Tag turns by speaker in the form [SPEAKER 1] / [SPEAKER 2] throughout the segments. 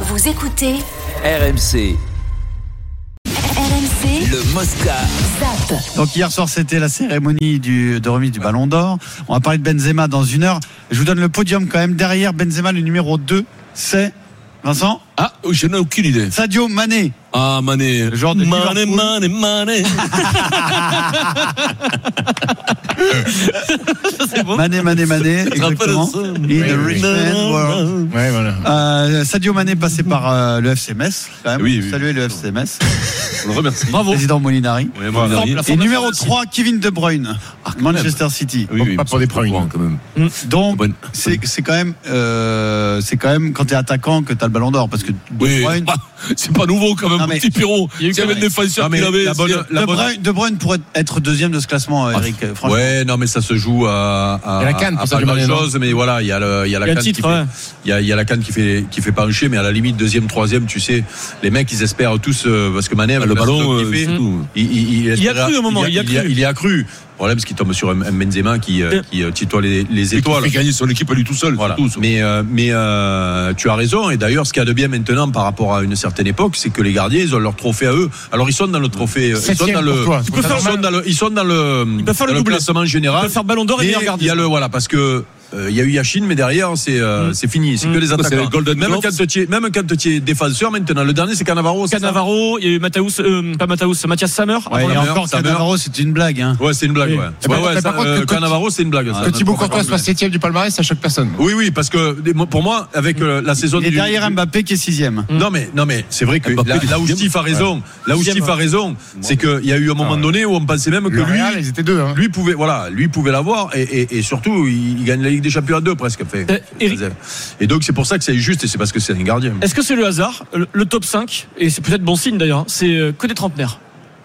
[SPEAKER 1] Vous écoutez
[SPEAKER 2] RMC,
[SPEAKER 1] RMC
[SPEAKER 2] le Mosca.
[SPEAKER 1] Zap.
[SPEAKER 3] Donc hier soir, c'était la cérémonie du, de remise du Ballon d'Or. On va parler de Benzema dans une heure. Je vous donne le podium quand même. Derrière Benzema, le numéro 2, c'est Vincent
[SPEAKER 4] Ah, je n'ai aucune idée.
[SPEAKER 3] Sadio Mané.
[SPEAKER 4] Ah, Mané.
[SPEAKER 3] genre de
[SPEAKER 4] Mané,
[SPEAKER 3] Liverpool.
[SPEAKER 4] Mané, Mané.
[SPEAKER 3] Mané, Mané, Mané. Exactement.
[SPEAKER 4] Rappelle ça.
[SPEAKER 3] In the rich man world.
[SPEAKER 5] Ouais, voilà.
[SPEAKER 3] Euh, Sadio Mané passé par euh, le FCMS. Quand même.
[SPEAKER 4] Oui, oui.
[SPEAKER 3] Saluer le FCMS.
[SPEAKER 4] On le remercie.
[SPEAKER 3] Bravo. Président Molinari.
[SPEAKER 4] Oui, Ah, bon, dernier.
[SPEAKER 3] Et numéro 3, Kevin De Bruyne. Manchester City.
[SPEAKER 4] Oui, oui,
[SPEAKER 5] Pas
[SPEAKER 4] mais
[SPEAKER 5] pour des
[SPEAKER 4] c'est
[SPEAKER 5] premiers.
[SPEAKER 4] grand, quand même.
[SPEAKER 3] Donc,
[SPEAKER 4] Bonne.
[SPEAKER 3] c'est c'est quand même, euh, c'est quand même quand t'es attaquant que t'as le ballon d'or parce que De
[SPEAKER 4] Oui,
[SPEAKER 3] Bruyne,
[SPEAKER 4] bah,
[SPEAKER 6] Ah,
[SPEAKER 4] c'est pas nouveau quand même,
[SPEAKER 3] Non,
[SPEAKER 4] mon
[SPEAKER 3] mais-
[SPEAKER 4] petit Pierrot.
[SPEAKER 6] Il y a eu
[SPEAKER 4] S'il y
[SPEAKER 6] quand
[SPEAKER 4] avait le
[SPEAKER 6] même-
[SPEAKER 4] défenseur
[SPEAKER 6] Non, mais
[SPEAKER 4] qu'il avait.
[SPEAKER 6] la bonne-
[SPEAKER 4] s'il y a-
[SPEAKER 3] de, Bruyne, de Bruyne pourrait être deuxième de ce classement, euh,
[SPEAKER 4] Ah,
[SPEAKER 3] Eric. franchement.
[SPEAKER 7] Ouais, non, mais ça se joue à, à,
[SPEAKER 5] Il y a la canne
[SPEAKER 7] à
[SPEAKER 5] pour
[SPEAKER 7] pas
[SPEAKER 5] Sadio Mané, non
[SPEAKER 7] grand-chose, mais voilà, il y a, le, il y a la
[SPEAKER 6] Il y a le
[SPEAKER 7] canne qui
[SPEAKER 6] titre,
[SPEAKER 7] fait,
[SPEAKER 6] ouais.
[SPEAKER 7] il y a, il y a la canne qui fait, qui fait pencher, mais à la limite deuxième, troisième, tu sais, les mecs, ils espèrent tous euh, parce que Mané, avec
[SPEAKER 4] Le
[SPEAKER 7] la
[SPEAKER 4] ballon,
[SPEAKER 7] saison qu'il
[SPEAKER 4] euh,
[SPEAKER 7] fait,
[SPEAKER 4] c'est tout.
[SPEAKER 7] il, il, il
[SPEAKER 6] Il y a
[SPEAKER 7] espère-
[SPEAKER 6] cru un moment, il y a cru.
[SPEAKER 7] Il y a cru. Le problème, c'est qu'il tombe sur un, un Benzema qui, euh,
[SPEAKER 6] Euh.
[SPEAKER 7] qui euh, tutoie les, les
[SPEAKER 4] Il
[SPEAKER 7] étoiles.
[SPEAKER 4] fait gagner son équipe à lui tout seul.
[SPEAKER 7] Voilà.
[SPEAKER 4] surtout, ça.
[SPEAKER 7] Mais, euh, mais euh, tu as raison. Et d'ailleurs, ce qu'il y a de bien maintenant par rapport à une certaine époque, c'est que les gardiens, ils ont leur trophée à eux. Alors, ils sont dans le trophée. euh, Ils sont
[SPEAKER 5] Septième
[SPEAKER 7] dans
[SPEAKER 5] pour
[SPEAKER 7] le,
[SPEAKER 5] toi. Tu peux
[SPEAKER 7] ils,
[SPEAKER 5] faire
[SPEAKER 7] sont dans le, ils sont dans le,
[SPEAKER 6] peuvent faire
[SPEAKER 7] dans
[SPEAKER 6] le
[SPEAKER 7] le
[SPEAKER 6] doublé.
[SPEAKER 7] classement
[SPEAKER 6] On
[SPEAKER 7] général.
[SPEAKER 6] peut faire ballon d'or et
[SPEAKER 7] Mais
[SPEAKER 6] meilleur
[SPEAKER 7] il y
[SPEAKER 6] gardien.
[SPEAKER 7] a le voilà parce que euh, il y a eu Yachine mais derrière c'est euh, c'est fini c'est que les
[SPEAKER 4] Ça, c'est
[SPEAKER 7] attaquants
[SPEAKER 4] les Golden
[SPEAKER 7] même
[SPEAKER 4] Gloves.
[SPEAKER 7] quand tu es même quand tu es défenseur maintenant le dernier c'est Cannavaro c'est ça
[SPEAKER 6] Cannavaro, il y a eu Mataus, euh, pas Mataus, Mathias Sammer.
[SPEAKER 4] Ah,
[SPEAKER 3] Ouais, et
[SPEAKER 7] Après, la meilleure,
[SPEAKER 3] encore,
[SPEAKER 7] ça meurt.
[SPEAKER 3] Cannavaro, c'était une blague. Hein.
[SPEAKER 7] ouais c'est une blague
[SPEAKER 6] Oui.
[SPEAKER 7] ouais
[SPEAKER 5] Eh ben,
[SPEAKER 7] ouais, ouais,
[SPEAKER 5] mais
[SPEAKER 7] ça,
[SPEAKER 5] par contre,
[SPEAKER 7] euh,
[SPEAKER 5] que-
[SPEAKER 7] Cannavaro c'est une blague
[SPEAKER 3] Ah,
[SPEAKER 7] ça.
[SPEAKER 5] Que Thibaut
[SPEAKER 7] Notre-
[SPEAKER 5] Courtois soit septième du palmarès, ça choque personne.
[SPEAKER 7] oui oui parce que des- moi- pour moi avec euh, la saison
[SPEAKER 3] Il est
[SPEAKER 7] du-
[SPEAKER 3] derrière
[SPEAKER 7] du-
[SPEAKER 3] Mbappé qui est sixième.
[SPEAKER 7] Non mais non mais c'est vrai que
[SPEAKER 4] Mbappé,
[SPEAKER 7] là,
[SPEAKER 4] il est
[SPEAKER 7] là où
[SPEAKER 4] sixième.
[SPEAKER 7] Steve a raison, là où
[SPEAKER 6] Sixième,
[SPEAKER 7] Steve a
[SPEAKER 6] ouais.
[SPEAKER 7] raison, c'est qu'il y a eu un moment donné où on pensait même que
[SPEAKER 5] Le
[SPEAKER 7] lui,
[SPEAKER 5] Real, ils étaient deux. Hein.
[SPEAKER 7] lui pouvait voilà, lui pouvait l'avoir et, et- et surtout il, il gagne la Ligue des Champions à deux presque. Fait.
[SPEAKER 6] Euh, Eric.
[SPEAKER 7] Et donc c'est pour ça que c'est juste et c'est parce que c'est un gardien.
[SPEAKER 6] Est-ce que c'est le hasard le, le top 5, et c'est peut-être bon signe d'ailleurs, hein, c'est euh, que des trentenaires.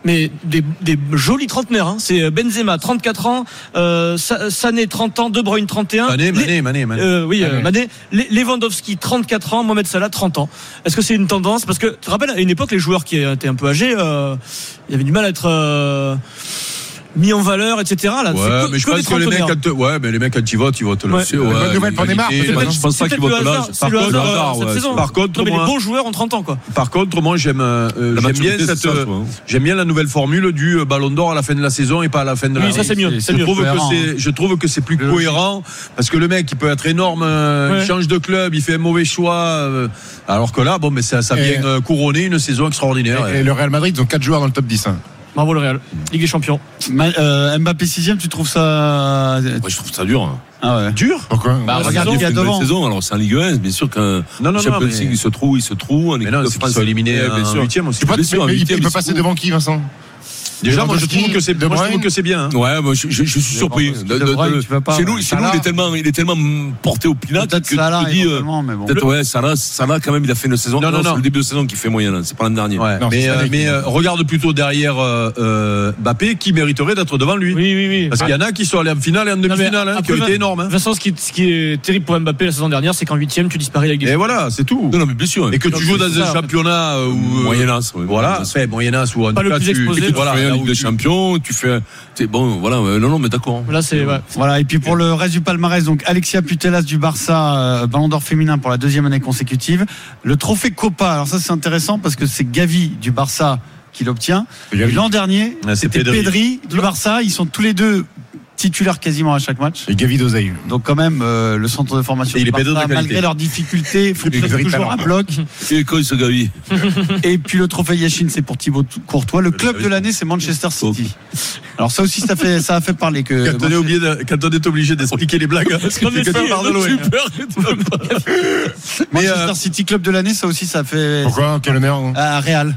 [SPEAKER 6] Mais des, des jolis trentenaires. hein. C'est euh, Benzema, 34 ans, euh, Sa- Sané, 30 ans, De Bruyne, 31.
[SPEAKER 7] Mané,
[SPEAKER 6] Hein? Les-
[SPEAKER 7] Mané, Mané, Mané.
[SPEAKER 6] Euh, oui, euh,
[SPEAKER 5] Mané.
[SPEAKER 6] Mané. Le- Lewandowski, 34 ans, Mohamed Salah, 30 ans. Est-ce que c'est une tendance Parce que tu te rappelles, à une époque, les joueurs qui étaient un peu âgés, euh, ils avaient du mal à être euh, mis en valeur, etc. Là, c'est
[SPEAKER 7] Ouais,
[SPEAKER 6] que-
[SPEAKER 7] mais je
[SPEAKER 6] que des
[SPEAKER 7] pense que les mecs,
[SPEAKER 6] trentenaires.
[SPEAKER 7] quand, ouais, mais les mecs, quand ils votent, ils votent
[SPEAKER 6] Ouais.
[SPEAKER 7] là-dessus.
[SPEAKER 4] Bonne
[SPEAKER 7] ouais,
[SPEAKER 5] nouvelle pour Neymar,
[SPEAKER 7] l'égalité,
[SPEAKER 5] parce que
[SPEAKER 7] je pense pas
[SPEAKER 6] C'est
[SPEAKER 7] qu'ils
[SPEAKER 6] peut-être
[SPEAKER 7] votent
[SPEAKER 6] le
[SPEAKER 7] l'âge.
[SPEAKER 6] hasard, c'est
[SPEAKER 7] Par
[SPEAKER 6] le
[SPEAKER 7] contre,
[SPEAKER 6] hasard,
[SPEAKER 7] le hasard,
[SPEAKER 6] cette
[SPEAKER 7] ouais.
[SPEAKER 6] saison.
[SPEAKER 7] Par contre,
[SPEAKER 6] Non, mais les
[SPEAKER 7] moi-
[SPEAKER 6] bons joueurs ont 30 ans, quoi.
[SPEAKER 7] Par contre, moi, j'aime, euh, euh,
[SPEAKER 4] La
[SPEAKER 7] j'aime
[SPEAKER 4] maturité,
[SPEAKER 7] bien
[SPEAKER 4] c'est
[SPEAKER 7] cette,
[SPEAKER 4] ça,
[SPEAKER 7] euh,
[SPEAKER 4] toi, hein.
[SPEAKER 7] j'aime bien la nouvelle formule du euh, Ballon d'Or à la fin de la saison et pas à la fin de la.
[SPEAKER 6] Oui, ça c'est mieux. C'est
[SPEAKER 7] Je
[SPEAKER 6] mieux.
[SPEAKER 7] trouve, que
[SPEAKER 3] cohérent,
[SPEAKER 7] c'est, je trouve que c'est plus cohérent parce que le mec il peut être énorme, euh,
[SPEAKER 6] Ouais.
[SPEAKER 7] il change de club, il fait un mauvais choix. euh, alors que là, bon, mais ça, ça
[SPEAKER 5] Et-
[SPEAKER 7] vient euh, couronner une saison extraordinaire.
[SPEAKER 5] Et, et le Real Madrid, ils ont quatre joueurs dans le top 10. hein.
[SPEAKER 6] Bravo le Real, Ligue des Champions.
[SPEAKER 3] Ma- euh, Mbappé sixième, tu trouves ça
[SPEAKER 4] Ouais, je trouve ça dur. hein.
[SPEAKER 3] ah ouais.
[SPEAKER 7] Dur
[SPEAKER 5] Pourquoi
[SPEAKER 3] Bah,
[SPEAKER 4] La
[SPEAKER 3] regarde qui
[SPEAKER 4] saison,
[SPEAKER 3] est
[SPEAKER 4] c'est une
[SPEAKER 3] devant.
[SPEAKER 4] bonne saison. Alors, c'est en Ligue 1, bien sûr qu'un
[SPEAKER 7] Non, non, non,
[SPEAKER 4] Champions
[SPEAKER 7] mais-
[SPEAKER 4] League, il se trouve, il se trouve. en
[SPEAKER 7] Mais
[SPEAKER 4] équipe
[SPEAKER 7] non,
[SPEAKER 4] de
[SPEAKER 7] c'est qu'ils
[SPEAKER 4] France,
[SPEAKER 7] sont éliminés
[SPEAKER 4] ouais, bien
[SPEAKER 7] en
[SPEAKER 4] sûr.
[SPEAKER 7] huitième aussi.
[SPEAKER 5] Tu vois,
[SPEAKER 4] bien sûr,
[SPEAKER 5] mais- mais il,
[SPEAKER 4] huitième,
[SPEAKER 5] il peut
[SPEAKER 4] c'est
[SPEAKER 5] passer
[SPEAKER 4] fou.
[SPEAKER 5] devant qui, Vincent
[SPEAKER 7] Déjà, moi je
[SPEAKER 5] Lewandowski,
[SPEAKER 7] trouve que c'est,
[SPEAKER 5] De
[SPEAKER 7] moi, je
[SPEAKER 5] Bruyne.
[SPEAKER 7] trouve que c'est bien. hein.
[SPEAKER 4] Ouais, Ah, moi, je, je- je suis surpris.
[SPEAKER 3] Lewandowski,
[SPEAKER 4] De- de-
[SPEAKER 3] De Bruyne,
[SPEAKER 4] de-
[SPEAKER 3] tu vas pas,
[SPEAKER 4] chez
[SPEAKER 3] ouais.
[SPEAKER 4] nous, chez nous,
[SPEAKER 3] Salah.
[SPEAKER 4] il est tellement, il est tellement porté au pinat que
[SPEAKER 3] Peut-être
[SPEAKER 4] tu
[SPEAKER 3] Salah
[SPEAKER 4] te dis, euh,
[SPEAKER 3] éventuellement, mais bon.
[SPEAKER 4] peut-être, ouais, Salah, Salah, quand même, il a fait une saison.
[SPEAKER 7] Non, non,
[SPEAKER 4] c'est
[SPEAKER 7] non.
[SPEAKER 4] le début de saison qui fait moyen, hein. c'est pas l'an dernier.
[SPEAKER 7] Ouais,
[SPEAKER 5] Non,
[SPEAKER 7] mais
[SPEAKER 5] c'est
[SPEAKER 7] euh,
[SPEAKER 5] Sané qui-
[SPEAKER 7] mais, euh, regarde plutôt derrière euh, euh, Mbappé qui mériterait d'être devant lui.
[SPEAKER 6] Oui, oui, oui.
[SPEAKER 7] Parce qu'il y en a qui sont allés en finale et en
[SPEAKER 6] Non, mais
[SPEAKER 7] demi-finale, hein, qui
[SPEAKER 6] après,
[SPEAKER 7] ont été énormes. hein.
[SPEAKER 6] Vincent, ce qui, ce qui est terrible pour Mbappé la saison dernière, c'est qu'en huitième, tu disparais avec des.
[SPEAKER 7] Et voilà, c'est tout.
[SPEAKER 4] Non, non, mais bien sûr.
[SPEAKER 7] Et que tu joues dans
[SPEAKER 6] c'est
[SPEAKER 7] un
[SPEAKER 6] ça,
[SPEAKER 7] championnat euh, où. euh,
[SPEAKER 4] Moyennas, ouais,
[SPEAKER 7] Voilà, Ah
[SPEAKER 4] Moyennas.
[SPEAKER 7] fait moyennas ou en
[SPEAKER 6] Pas
[SPEAKER 7] tout
[SPEAKER 6] le
[SPEAKER 7] cas,
[SPEAKER 6] plus
[SPEAKER 7] tu-
[SPEAKER 6] exposé,
[SPEAKER 7] et tu- voilà,
[SPEAKER 4] tu fais
[SPEAKER 7] là
[SPEAKER 4] une
[SPEAKER 7] où
[SPEAKER 4] Ligue des
[SPEAKER 7] tu-
[SPEAKER 4] Champions, tu fais. t'es- bon, voilà, ouais, non, non, mais d'accord.
[SPEAKER 6] Là, c'est. ouais.
[SPEAKER 3] Voilà, et puis pour le reste du palmarès, donc Alexia Putellas du Barça, euh, ballon d'or féminin pour la deuxième année consécutive. Le trophée Copa, alors ça c'est intéressant parce que c'est Gavi du Barça qui l'obtient. Et L'an dernier,
[SPEAKER 7] Ah, c'est
[SPEAKER 3] c'était
[SPEAKER 7] Pedri.
[SPEAKER 3] Pedri du Barça. Ils sont tous les deux titulaires quasiment à chaque match.
[SPEAKER 5] Et Gavi d'Oseille.
[SPEAKER 3] Donc quand même, euh, le centre de formation
[SPEAKER 7] Et
[SPEAKER 3] du
[SPEAKER 7] il est Pedro de
[SPEAKER 3] Barça,
[SPEAKER 7] qualité.
[SPEAKER 3] malgré leurs difficultés, fonctionne
[SPEAKER 5] Pedri
[SPEAKER 3] toujours
[SPEAKER 5] talent.
[SPEAKER 3] à bloc.
[SPEAKER 4] Et quoi, ce Gavi
[SPEAKER 3] Et puis le trophée Yachine, c'est pour Thibaut Courtois.
[SPEAKER 7] Ah,
[SPEAKER 3] Le
[SPEAKER 7] bah
[SPEAKER 3] club de l'année, c'est Manchester
[SPEAKER 7] Oh.
[SPEAKER 3] City. Alors ça aussi, ça fait ça a fait parler que.
[SPEAKER 7] Quand on est obligé de- quand on est obligé d'expliquer les blagues, parce que
[SPEAKER 6] Non, mais
[SPEAKER 7] tu
[SPEAKER 6] si,
[SPEAKER 7] parles de l'OM.
[SPEAKER 6] super.
[SPEAKER 7] Mais, euh,
[SPEAKER 3] Manchester City club de l'année, ça aussi, ça fait
[SPEAKER 5] Pourquoi Quel honneur hein
[SPEAKER 3] Euh, à Real.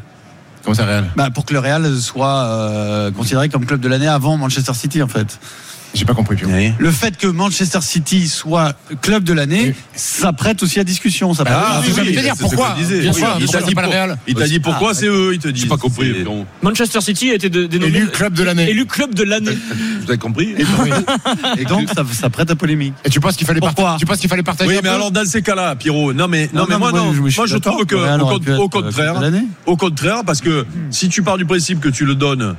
[SPEAKER 5] Comment ça, Real
[SPEAKER 3] Bah, pour que le Real soit euh, considéré comme club de l'année avant Manchester City, en fait.
[SPEAKER 5] J'ai pas compris. Pierrot.
[SPEAKER 3] Le fait que Manchester City soit club de l'année, ça prête aussi à discussion. Ça prête
[SPEAKER 7] Ah,
[SPEAKER 5] c'est
[SPEAKER 7] oui,
[SPEAKER 5] ça que je veux
[SPEAKER 7] oui,
[SPEAKER 5] dire,
[SPEAKER 7] c'est ce que
[SPEAKER 5] pourquoi
[SPEAKER 7] je disais.
[SPEAKER 5] Bien
[SPEAKER 7] Oui,
[SPEAKER 5] sûr,
[SPEAKER 7] il
[SPEAKER 5] pourquoi
[SPEAKER 7] t'a
[SPEAKER 5] c'est
[SPEAKER 7] dit
[SPEAKER 5] pas le
[SPEAKER 7] pour-
[SPEAKER 5] Real
[SPEAKER 7] Il t'a dit pourquoi c'est eux, ils te disent.
[SPEAKER 4] J'ai pas compris.
[SPEAKER 7] C'est-
[SPEAKER 4] Pierrot.
[SPEAKER 6] Manchester City a été dé- dénommé
[SPEAKER 5] Élu club de l'année.
[SPEAKER 6] élu club de l'année.
[SPEAKER 4] Vous avez compris
[SPEAKER 3] Et donc, ça, ça prête à polémique.
[SPEAKER 5] Et tu penses qu'il fallait, parta-
[SPEAKER 3] Pourquoi
[SPEAKER 5] tu penses qu'il fallait partager
[SPEAKER 7] Oui,
[SPEAKER 5] un
[SPEAKER 7] mais
[SPEAKER 5] peu
[SPEAKER 7] alors dans ces cas-là, Pierrot, non mais non, mais moi non, moi je, trouve que au, cont- au contraire, au contraire, parce que si tu pars du principe que tu le donnes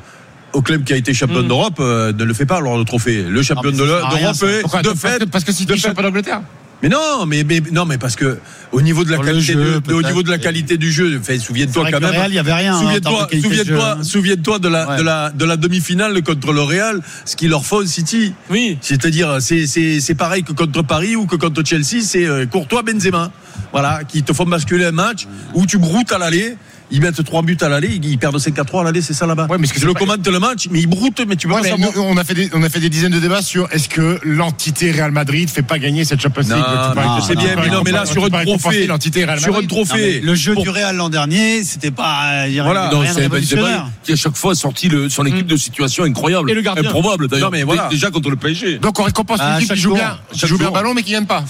[SPEAKER 7] au club qui a été champion
[SPEAKER 6] Mm.
[SPEAKER 7] d'Europe, euh, ne le fais pas alors le trophée. Le champion
[SPEAKER 3] mais
[SPEAKER 7] de
[SPEAKER 3] ça sert à rien,
[SPEAKER 7] l'Europe
[SPEAKER 3] ça.
[SPEAKER 7] est
[SPEAKER 5] Pourquoi
[SPEAKER 7] de
[SPEAKER 5] Parce que-
[SPEAKER 7] fait.
[SPEAKER 5] Parce que si
[SPEAKER 7] de
[SPEAKER 5] tu
[SPEAKER 7] fait.
[SPEAKER 5] pas d'Angleterre.
[SPEAKER 7] Mais non, mais, mais- non, mais parce que au niveau de la
[SPEAKER 3] Sur le
[SPEAKER 7] qualité,
[SPEAKER 3] jeu,
[SPEAKER 7] de- de- au
[SPEAKER 3] peut-être.
[SPEAKER 7] niveau de la qualité du jeu, fait,
[SPEAKER 3] C'est
[SPEAKER 7] souviens-toi
[SPEAKER 3] vrai que
[SPEAKER 7] quand
[SPEAKER 3] le
[SPEAKER 7] même.
[SPEAKER 3] Real, il n'y avait rien. hein, en termes de
[SPEAKER 7] Souviens-toi,
[SPEAKER 3] qualité de jeu,
[SPEAKER 7] souviens-toi,
[SPEAKER 3] hein.
[SPEAKER 7] souviens-toi de la,
[SPEAKER 3] Ouais.
[SPEAKER 7] de la, de la demi-finale contre le Real, ce qu'ils leur font City.
[SPEAKER 6] Oui.
[SPEAKER 7] C'est-à-dire, c'est, c'est, c'est pareil que contre Paris ou que contre Chelsea, c'est euh, Courtois, Benzema. Voilà, qui te font basculer un match où tu broutes à l'aller. Ils mettent 3 buts à l'aller, ils perdent 5 à 3 à l'aller, c'est ça là-bas.
[SPEAKER 5] Ouais, mais ce que
[SPEAKER 7] je
[SPEAKER 5] c'est
[SPEAKER 7] le
[SPEAKER 5] pas-
[SPEAKER 7] commente le match, mais ils broutent, mais tu peux
[SPEAKER 5] Ouais,
[SPEAKER 7] pas
[SPEAKER 5] mais
[SPEAKER 7] savoir.
[SPEAKER 5] nous, on, a fait des, on a fait des dizaines de débats sur est-ce que l'entité Real Madrid fait pas gagner cette Champions League
[SPEAKER 7] Non,
[SPEAKER 5] Tu
[SPEAKER 7] mais
[SPEAKER 5] parles-
[SPEAKER 3] je sais
[SPEAKER 5] tu
[SPEAKER 3] bien,
[SPEAKER 5] parles-
[SPEAKER 3] mais
[SPEAKER 7] non, mais là,
[SPEAKER 5] tu
[SPEAKER 7] sur un
[SPEAKER 5] parles récompenser
[SPEAKER 7] trophée,
[SPEAKER 5] l'entité Real
[SPEAKER 7] Sur un
[SPEAKER 5] Madrid.
[SPEAKER 3] Non, mais
[SPEAKER 7] trophée.
[SPEAKER 3] le jeu
[SPEAKER 7] Pour-
[SPEAKER 3] du Real l'an dernier, c'était pas. il y avait
[SPEAKER 7] Voilà.
[SPEAKER 3] rien
[SPEAKER 4] Non,
[SPEAKER 3] de
[SPEAKER 4] c'est
[SPEAKER 3] révolutionnaire.
[SPEAKER 4] Benzema qui à chaque fois a sorti le- son
[SPEAKER 7] Mm.
[SPEAKER 4] équipe de situation incroyable.
[SPEAKER 6] Et le gardien.
[SPEAKER 4] Improbable d'ailleurs.
[SPEAKER 7] Non, mais voilà.
[SPEAKER 4] Dé- Déjà contre le PSG.
[SPEAKER 5] Donc on récompense
[SPEAKER 3] Ah,
[SPEAKER 5] l'équipe qui
[SPEAKER 3] chaque
[SPEAKER 5] joue
[SPEAKER 3] jour.
[SPEAKER 5] bien, qui
[SPEAKER 3] Chaque
[SPEAKER 5] joue bien le
[SPEAKER 3] jour.
[SPEAKER 5] ballon mais qui gagne pas.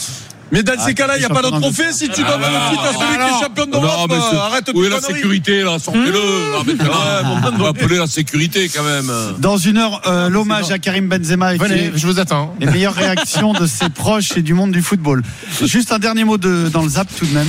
[SPEAKER 7] Mais dans ces
[SPEAKER 3] Ah,
[SPEAKER 7] cas-là, il n'y a
[SPEAKER 3] les
[SPEAKER 7] pas de
[SPEAKER 3] champions
[SPEAKER 7] trophée si tu donnes
[SPEAKER 3] Ah,
[SPEAKER 7] le titre à celui qui est champion
[SPEAKER 4] Non,
[SPEAKER 7] d'Europe.
[SPEAKER 4] mais ce-
[SPEAKER 7] euh, Arrête
[SPEAKER 4] Où
[SPEAKER 7] tes
[SPEAKER 4] est la
[SPEAKER 7] conneries. Mm. Ah.
[SPEAKER 4] sécurité là Sortez-le Ah, là, mettez-le. On va appeler la sécurité quand même.
[SPEAKER 3] Dans une heure, euh, l'hommage à Karim Benzema et
[SPEAKER 5] Venez, je vous attends. hein.
[SPEAKER 3] les meilleures réactions de ses proches et du monde du football. Juste un dernier mot de, dans le zap tout de même.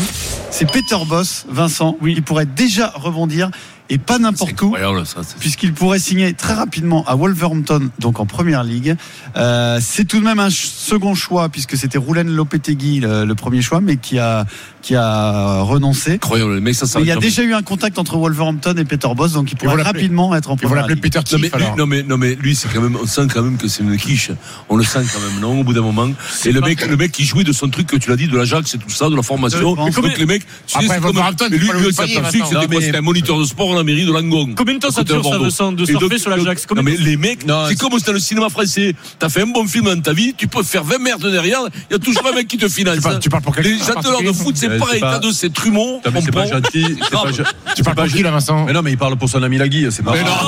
[SPEAKER 3] C'est Peter Boss, Vincent, oui. il pourrait déjà rebondir et pas n'importe où.
[SPEAKER 4] Incroyable ça. c'est-
[SPEAKER 3] Puisqu'il pourrait signer très rapidement à Wolverhampton, donc en première ligue. Euh, c'est tout de même un ch- second choix, puisque c'était Roulen Lopetegui le, le premier choix, mais qui a, qui a renoncé.
[SPEAKER 4] Incroyable, mais ça, ça
[SPEAKER 3] Mais il y a
[SPEAKER 4] va
[SPEAKER 3] déjà eu un contact entre Wolverhampton et Peter Boss, donc il pourrait
[SPEAKER 5] vont l'appeler.
[SPEAKER 3] rapidement être en
[SPEAKER 5] Ils vont
[SPEAKER 3] première
[SPEAKER 5] l'appeler
[SPEAKER 3] ligue.
[SPEAKER 5] Peter
[SPEAKER 4] Non mais,
[SPEAKER 5] Tiff
[SPEAKER 4] lui,
[SPEAKER 5] alors.
[SPEAKER 4] non mais non mais lui c'est quand même on sent quand même que c'est une quiche on le sent quand même non au bout d'un moment et le mec le mec qui jouait de son truc que tu l'as dit de la Jacques c'est tout ça de la formation
[SPEAKER 3] Mais
[SPEAKER 4] donc
[SPEAKER 6] comment-
[SPEAKER 4] les mecs tu
[SPEAKER 5] Après,
[SPEAKER 4] c'est
[SPEAKER 5] Wolverhampton,
[SPEAKER 4] mais lui
[SPEAKER 5] faut pas
[SPEAKER 4] lui
[SPEAKER 5] le
[SPEAKER 4] sa
[SPEAKER 5] oublier,
[SPEAKER 4] trafic,
[SPEAKER 5] maintenant.
[SPEAKER 4] c'était quoi
[SPEAKER 7] Non, mais-
[SPEAKER 4] c'était un moniteur de sport à la mairie de Langon
[SPEAKER 6] Combien de temps ça
[SPEAKER 4] C'était
[SPEAKER 6] dure,
[SPEAKER 4] un
[SPEAKER 6] ça,
[SPEAKER 4] Bordeaux.
[SPEAKER 6] Vincent, de
[SPEAKER 4] Et
[SPEAKER 6] surfer
[SPEAKER 4] donc-
[SPEAKER 6] sur la
[SPEAKER 4] donc-
[SPEAKER 6] Jacques Combien
[SPEAKER 4] non, mais
[SPEAKER 6] de temps-
[SPEAKER 4] les mecs
[SPEAKER 7] Non,
[SPEAKER 4] c'est
[SPEAKER 7] c'est-
[SPEAKER 4] comme dans le cinéma français t'as fait un bon film dans ta vie tu peux faire 20 merdes derrière il y a toujours un mec qui te finance
[SPEAKER 5] Tu parles- tu parles pour quelqu'un
[SPEAKER 4] les
[SPEAKER 5] en
[SPEAKER 4] j'adore de
[SPEAKER 5] particulier
[SPEAKER 4] foot c'est
[SPEAKER 7] Ouais,
[SPEAKER 4] pareil
[SPEAKER 7] c'est pas-
[SPEAKER 4] t'as de ces trumeaux
[SPEAKER 7] Putain, mais c'est
[SPEAKER 4] on
[SPEAKER 7] pas
[SPEAKER 4] prend-
[SPEAKER 7] gentil. c'est pas
[SPEAKER 4] grave.
[SPEAKER 7] gen-
[SPEAKER 5] Tu parles pour qui là Vincent
[SPEAKER 7] Mais non, mais il parle pour son ami Lagui, c'est pas
[SPEAKER 4] Mais
[SPEAKER 7] grave.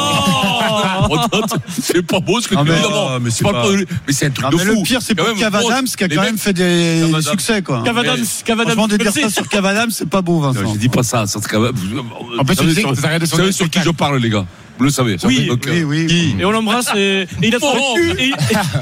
[SPEAKER 4] non C'est pas beau ce que
[SPEAKER 3] Non,
[SPEAKER 4] tu dis
[SPEAKER 3] mais-
[SPEAKER 4] d'abord.
[SPEAKER 7] mais
[SPEAKER 4] Mais
[SPEAKER 7] c'est
[SPEAKER 4] c'est
[SPEAKER 7] pas-
[SPEAKER 4] mais c'est un truc
[SPEAKER 3] Non,
[SPEAKER 4] de
[SPEAKER 3] mais
[SPEAKER 4] fou.
[SPEAKER 3] le pire, c'est
[SPEAKER 4] Quand
[SPEAKER 3] pour
[SPEAKER 4] même,
[SPEAKER 3] Cavadams qui a
[SPEAKER 4] les
[SPEAKER 3] quand
[SPEAKER 4] mecs-
[SPEAKER 3] même fait des
[SPEAKER 4] Cavadams.
[SPEAKER 3] succès, quoi.
[SPEAKER 6] Cavadams, Cavadams.
[SPEAKER 3] Franchement, de dire
[SPEAKER 6] Chelsea.
[SPEAKER 3] ça sur Cavadams, c'est pas beau,
[SPEAKER 4] Non,
[SPEAKER 3] Vincent.
[SPEAKER 4] Je dis pas ça, ça c'est quand même.
[SPEAKER 5] En plus,
[SPEAKER 4] Vous savez
[SPEAKER 5] tu sais
[SPEAKER 4] sur-
[SPEAKER 5] que ça arrête de
[SPEAKER 4] vous savez
[SPEAKER 5] sonner
[SPEAKER 4] sur qui je parle, les gars. Vous le savez.
[SPEAKER 6] Oui,
[SPEAKER 4] Donc,
[SPEAKER 3] oui,
[SPEAKER 4] euh,
[SPEAKER 3] oui.
[SPEAKER 4] qui-
[SPEAKER 6] Et on l'embrasse et, et il a travaillé, et- et- et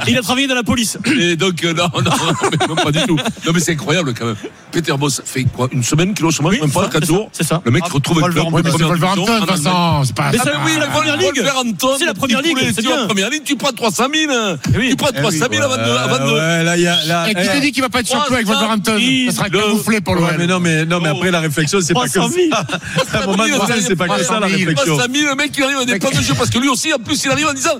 [SPEAKER 6] il a travaillé dans la police.
[SPEAKER 4] Et donc, euh, non, non, mais même pas du tout. Non, mais c'est incroyable quand même. Peter Boss fait quoi Une semaine qu'il est au chômage,
[SPEAKER 6] Oui,
[SPEAKER 4] même pas
[SPEAKER 6] c'est ça,
[SPEAKER 4] 4 jours.
[SPEAKER 6] c'est ça.
[SPEAKER 4] Le mec
[SPEAKER 3] Ah,
[SPEAKER 4] retrouve le club
[SPEAKER 3] Wolverhampton.
[SPEAKER 5] Oui, mais c'est
[SPEAKER 4] première division, en
[SPEAKER 5] Wolverhampton
[SPEAKER 4] Allemagne.
[SPEAKER 5] Vincent, c'est pas
[SPEAKER 4] Ah,
[SPEAKER 6] Mais ça, oui, la première ligue.
[SPEAKER 4] Wolverhampton,
[SPEAKER 6] C'est la première
[SPEAKER 4] petit
[SPEAKER 6] ligue,
[SPEAKER 4] poulet,
[SPEAKER 6] c'est
[SPEAKER 4] tu vois,
[SPEAKER 6] bien.
[SPEAKER 4] première ligue, tu prends 300 000. hein.
[SPEAKER 6] Eh oui.
[SPEAKER 4] Tu prends
[SPEAKER 3] Eh oui.
[SPEAKER 4] 300 000 avant de- avant de.
[SPEAKER 7] Ouais, là, il y a- là,
[SPEAKER 5] Et qui
[SPEAKER 7] eh,
[SPEAKER 5] t'a dit qu'il va pas être champion avec Wolverhampton Ça sera
[SPEAKER 4] Le-
[SPEAKER 5] camouflé pour le
[SPEAKER 7] ouais, mais
[SPEAKER 5] Real.
[SPEAKER 7] non, mais, non, mais après, la réflexion, c'est pas que
[SPEAKER 6] 300 000.
[SPEAKER 7] ça. À un moment donné, c'est pas que ça,
[SPEAKER 5] 300
[SPEAKER 7] la
[SPEAKER 5] 000.
[SPEAKER 7] réflexion.
[SPEAKER 4] Pas Samy, le mec, il arrive à des plans de jeu parce que lui aussi, en plus, il arrive en disant.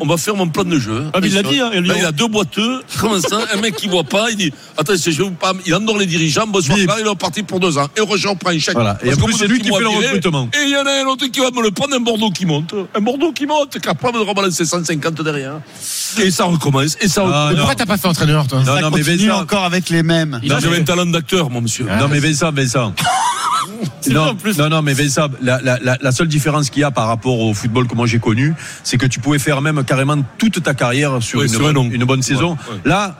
[SPEAKER 4] On va faire mon plan de jeu.
[SPEAKER 6] Ah, mais il l'a dit, hein, il l'a dit.
[SPEAKER 4] Là, il a deux boiteux, comme ça, un mec qui voit pas, il dit Attends, je vais vous pas. Il endort les dirigeants, bonsoir,
[SPEAKER 7] Bip.
[SPEAKER 4] là, il est reparti pour deux ans. Et Roger, on prend une chèque.
[SPEAKER 7] Voilà. Et
[SPEAKER 4] Parce
[SPEAKER 7] en
[SPEAKER 4] qu'au
[SPEAKER 7] plus,
[SPEAKER 4] bout
[SPEAKER 7] c'est
[SPEAKER 4] de
[SPEAKER 7] lui
[SPEAKER 4] six
[SPEAKER 7] qui
[SPEAKER 4] mois
[SPEAKER 7] fait le
[SPEAKER 4] viré,
[SPEAKER 7] recrutement.
[SPEAKER 4] Et il y en a un autre qui va me le prendre, un Bordeaux qui monte. Un Bordeaux qui monte, capable de rebalancer 150 derrière. Et ça recommence. Et ça
[SPEAKER 7] Ah,
[SPEAKER 5] Mais
[SPEAKER 4] recommence.
[SPEAKER 5] Pourquoi t'as pas fait entraîneur toi
[SPEAKER 7] Non,
[SPEAKER 3] Ça
[SPEAKER 7] non, mais
[SPEAKER 3] continue
[SPEAKER 7] Vincent-
[SPEAKER 3] encore avec les mêmes.
[SPEAKER 6] Il a-
[SPEAKER 4] Non, J'avais un talent d'acteur, mon monsieur.
[SPEAKER 7] Non, mais Vincent, Vincent.
[SPEAKER 6] C'est vrai,
[SPEAKER 7] Non,
[SPEAKER 6] en plus.
[SPEAKER 7] non, non, mais Vincent, la, la- la- la seule différence qu'il y a par rapport au football que moi j'ai connu, c'est que tu pouvais faire même carrément toute ta carrière sur
[SPEAKER 4] Ouais,
[SPEAKER 7] une,
[SPEAKER 4] sur un an.
[SPEAKER 7] bonne, une bonne saison.
[SPEAKER 4] Ouais, ouais.
[SPEAKER 7] Là,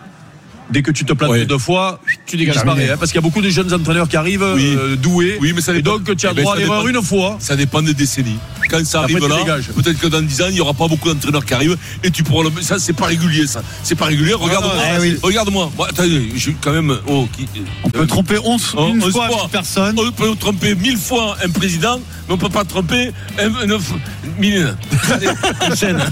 [SPEAKER 7] dès que tu te plantes
[SPEAKER 4] Ouais.
[SPEAKER 7] deux fois, tu
[SPEAKER 5] dégages.
[SPEAKER 7] disparais.
[SPEAKER 5] Terminé.
[SPEAKER 7] hein, parce qu'il y a beaucoup de jeunes entraîneurs qui arrivent
[SPEAKER 4] Oui.
[SPEAKER 7] euh, doués.
[SPEAKER 4] Oui, mais ça
[SPEAKER 7] et
[SPEAKER 4] dépend.
[SPEAKER 7] donc, tu as
[SPEAKER 4] Eh ben,
[SPEAKER 7] droit à
[SPEAKER 4] ça
[SPEAKER 7] l'erreur
[SPEAKER 4] dépend.
[SPEAKER 7] une fois.
[SPEAKER 4] Ça dépend des décennies. Quand ça arrive
[SPEAKER 7] Après, tu
[SPEAKER 4] là,
[SPEAKER 7] dégages.
[SPEAKER 4] peut-être que dans 10 ans, il n'y aura pas beaucoup d'entraîneurs qui arrivent et tu pourras le. Ça, c'est pas régulier, ça. C'est pas régulier. Regarde-moi.
[SPEAKER 3] non, eh oui.
[SPEAKER 4] Regarde-moi. Bon, attends, je suis quand même. Oh, qui...
[SPEAKER 3] On peut tromper 11
[SPEAKER 4] Oh,
[SPEAKER 3] une
[SPEAKER 4] onze
[SPEAKER 3] fois
[SPEAKER 4] fois.
[SPEAKER 3] avec personne.
[SPEAKER 4] On peut tromper mille fois un président, mais on peut pas tromper un, un, un- mille. Allez, enchaîne.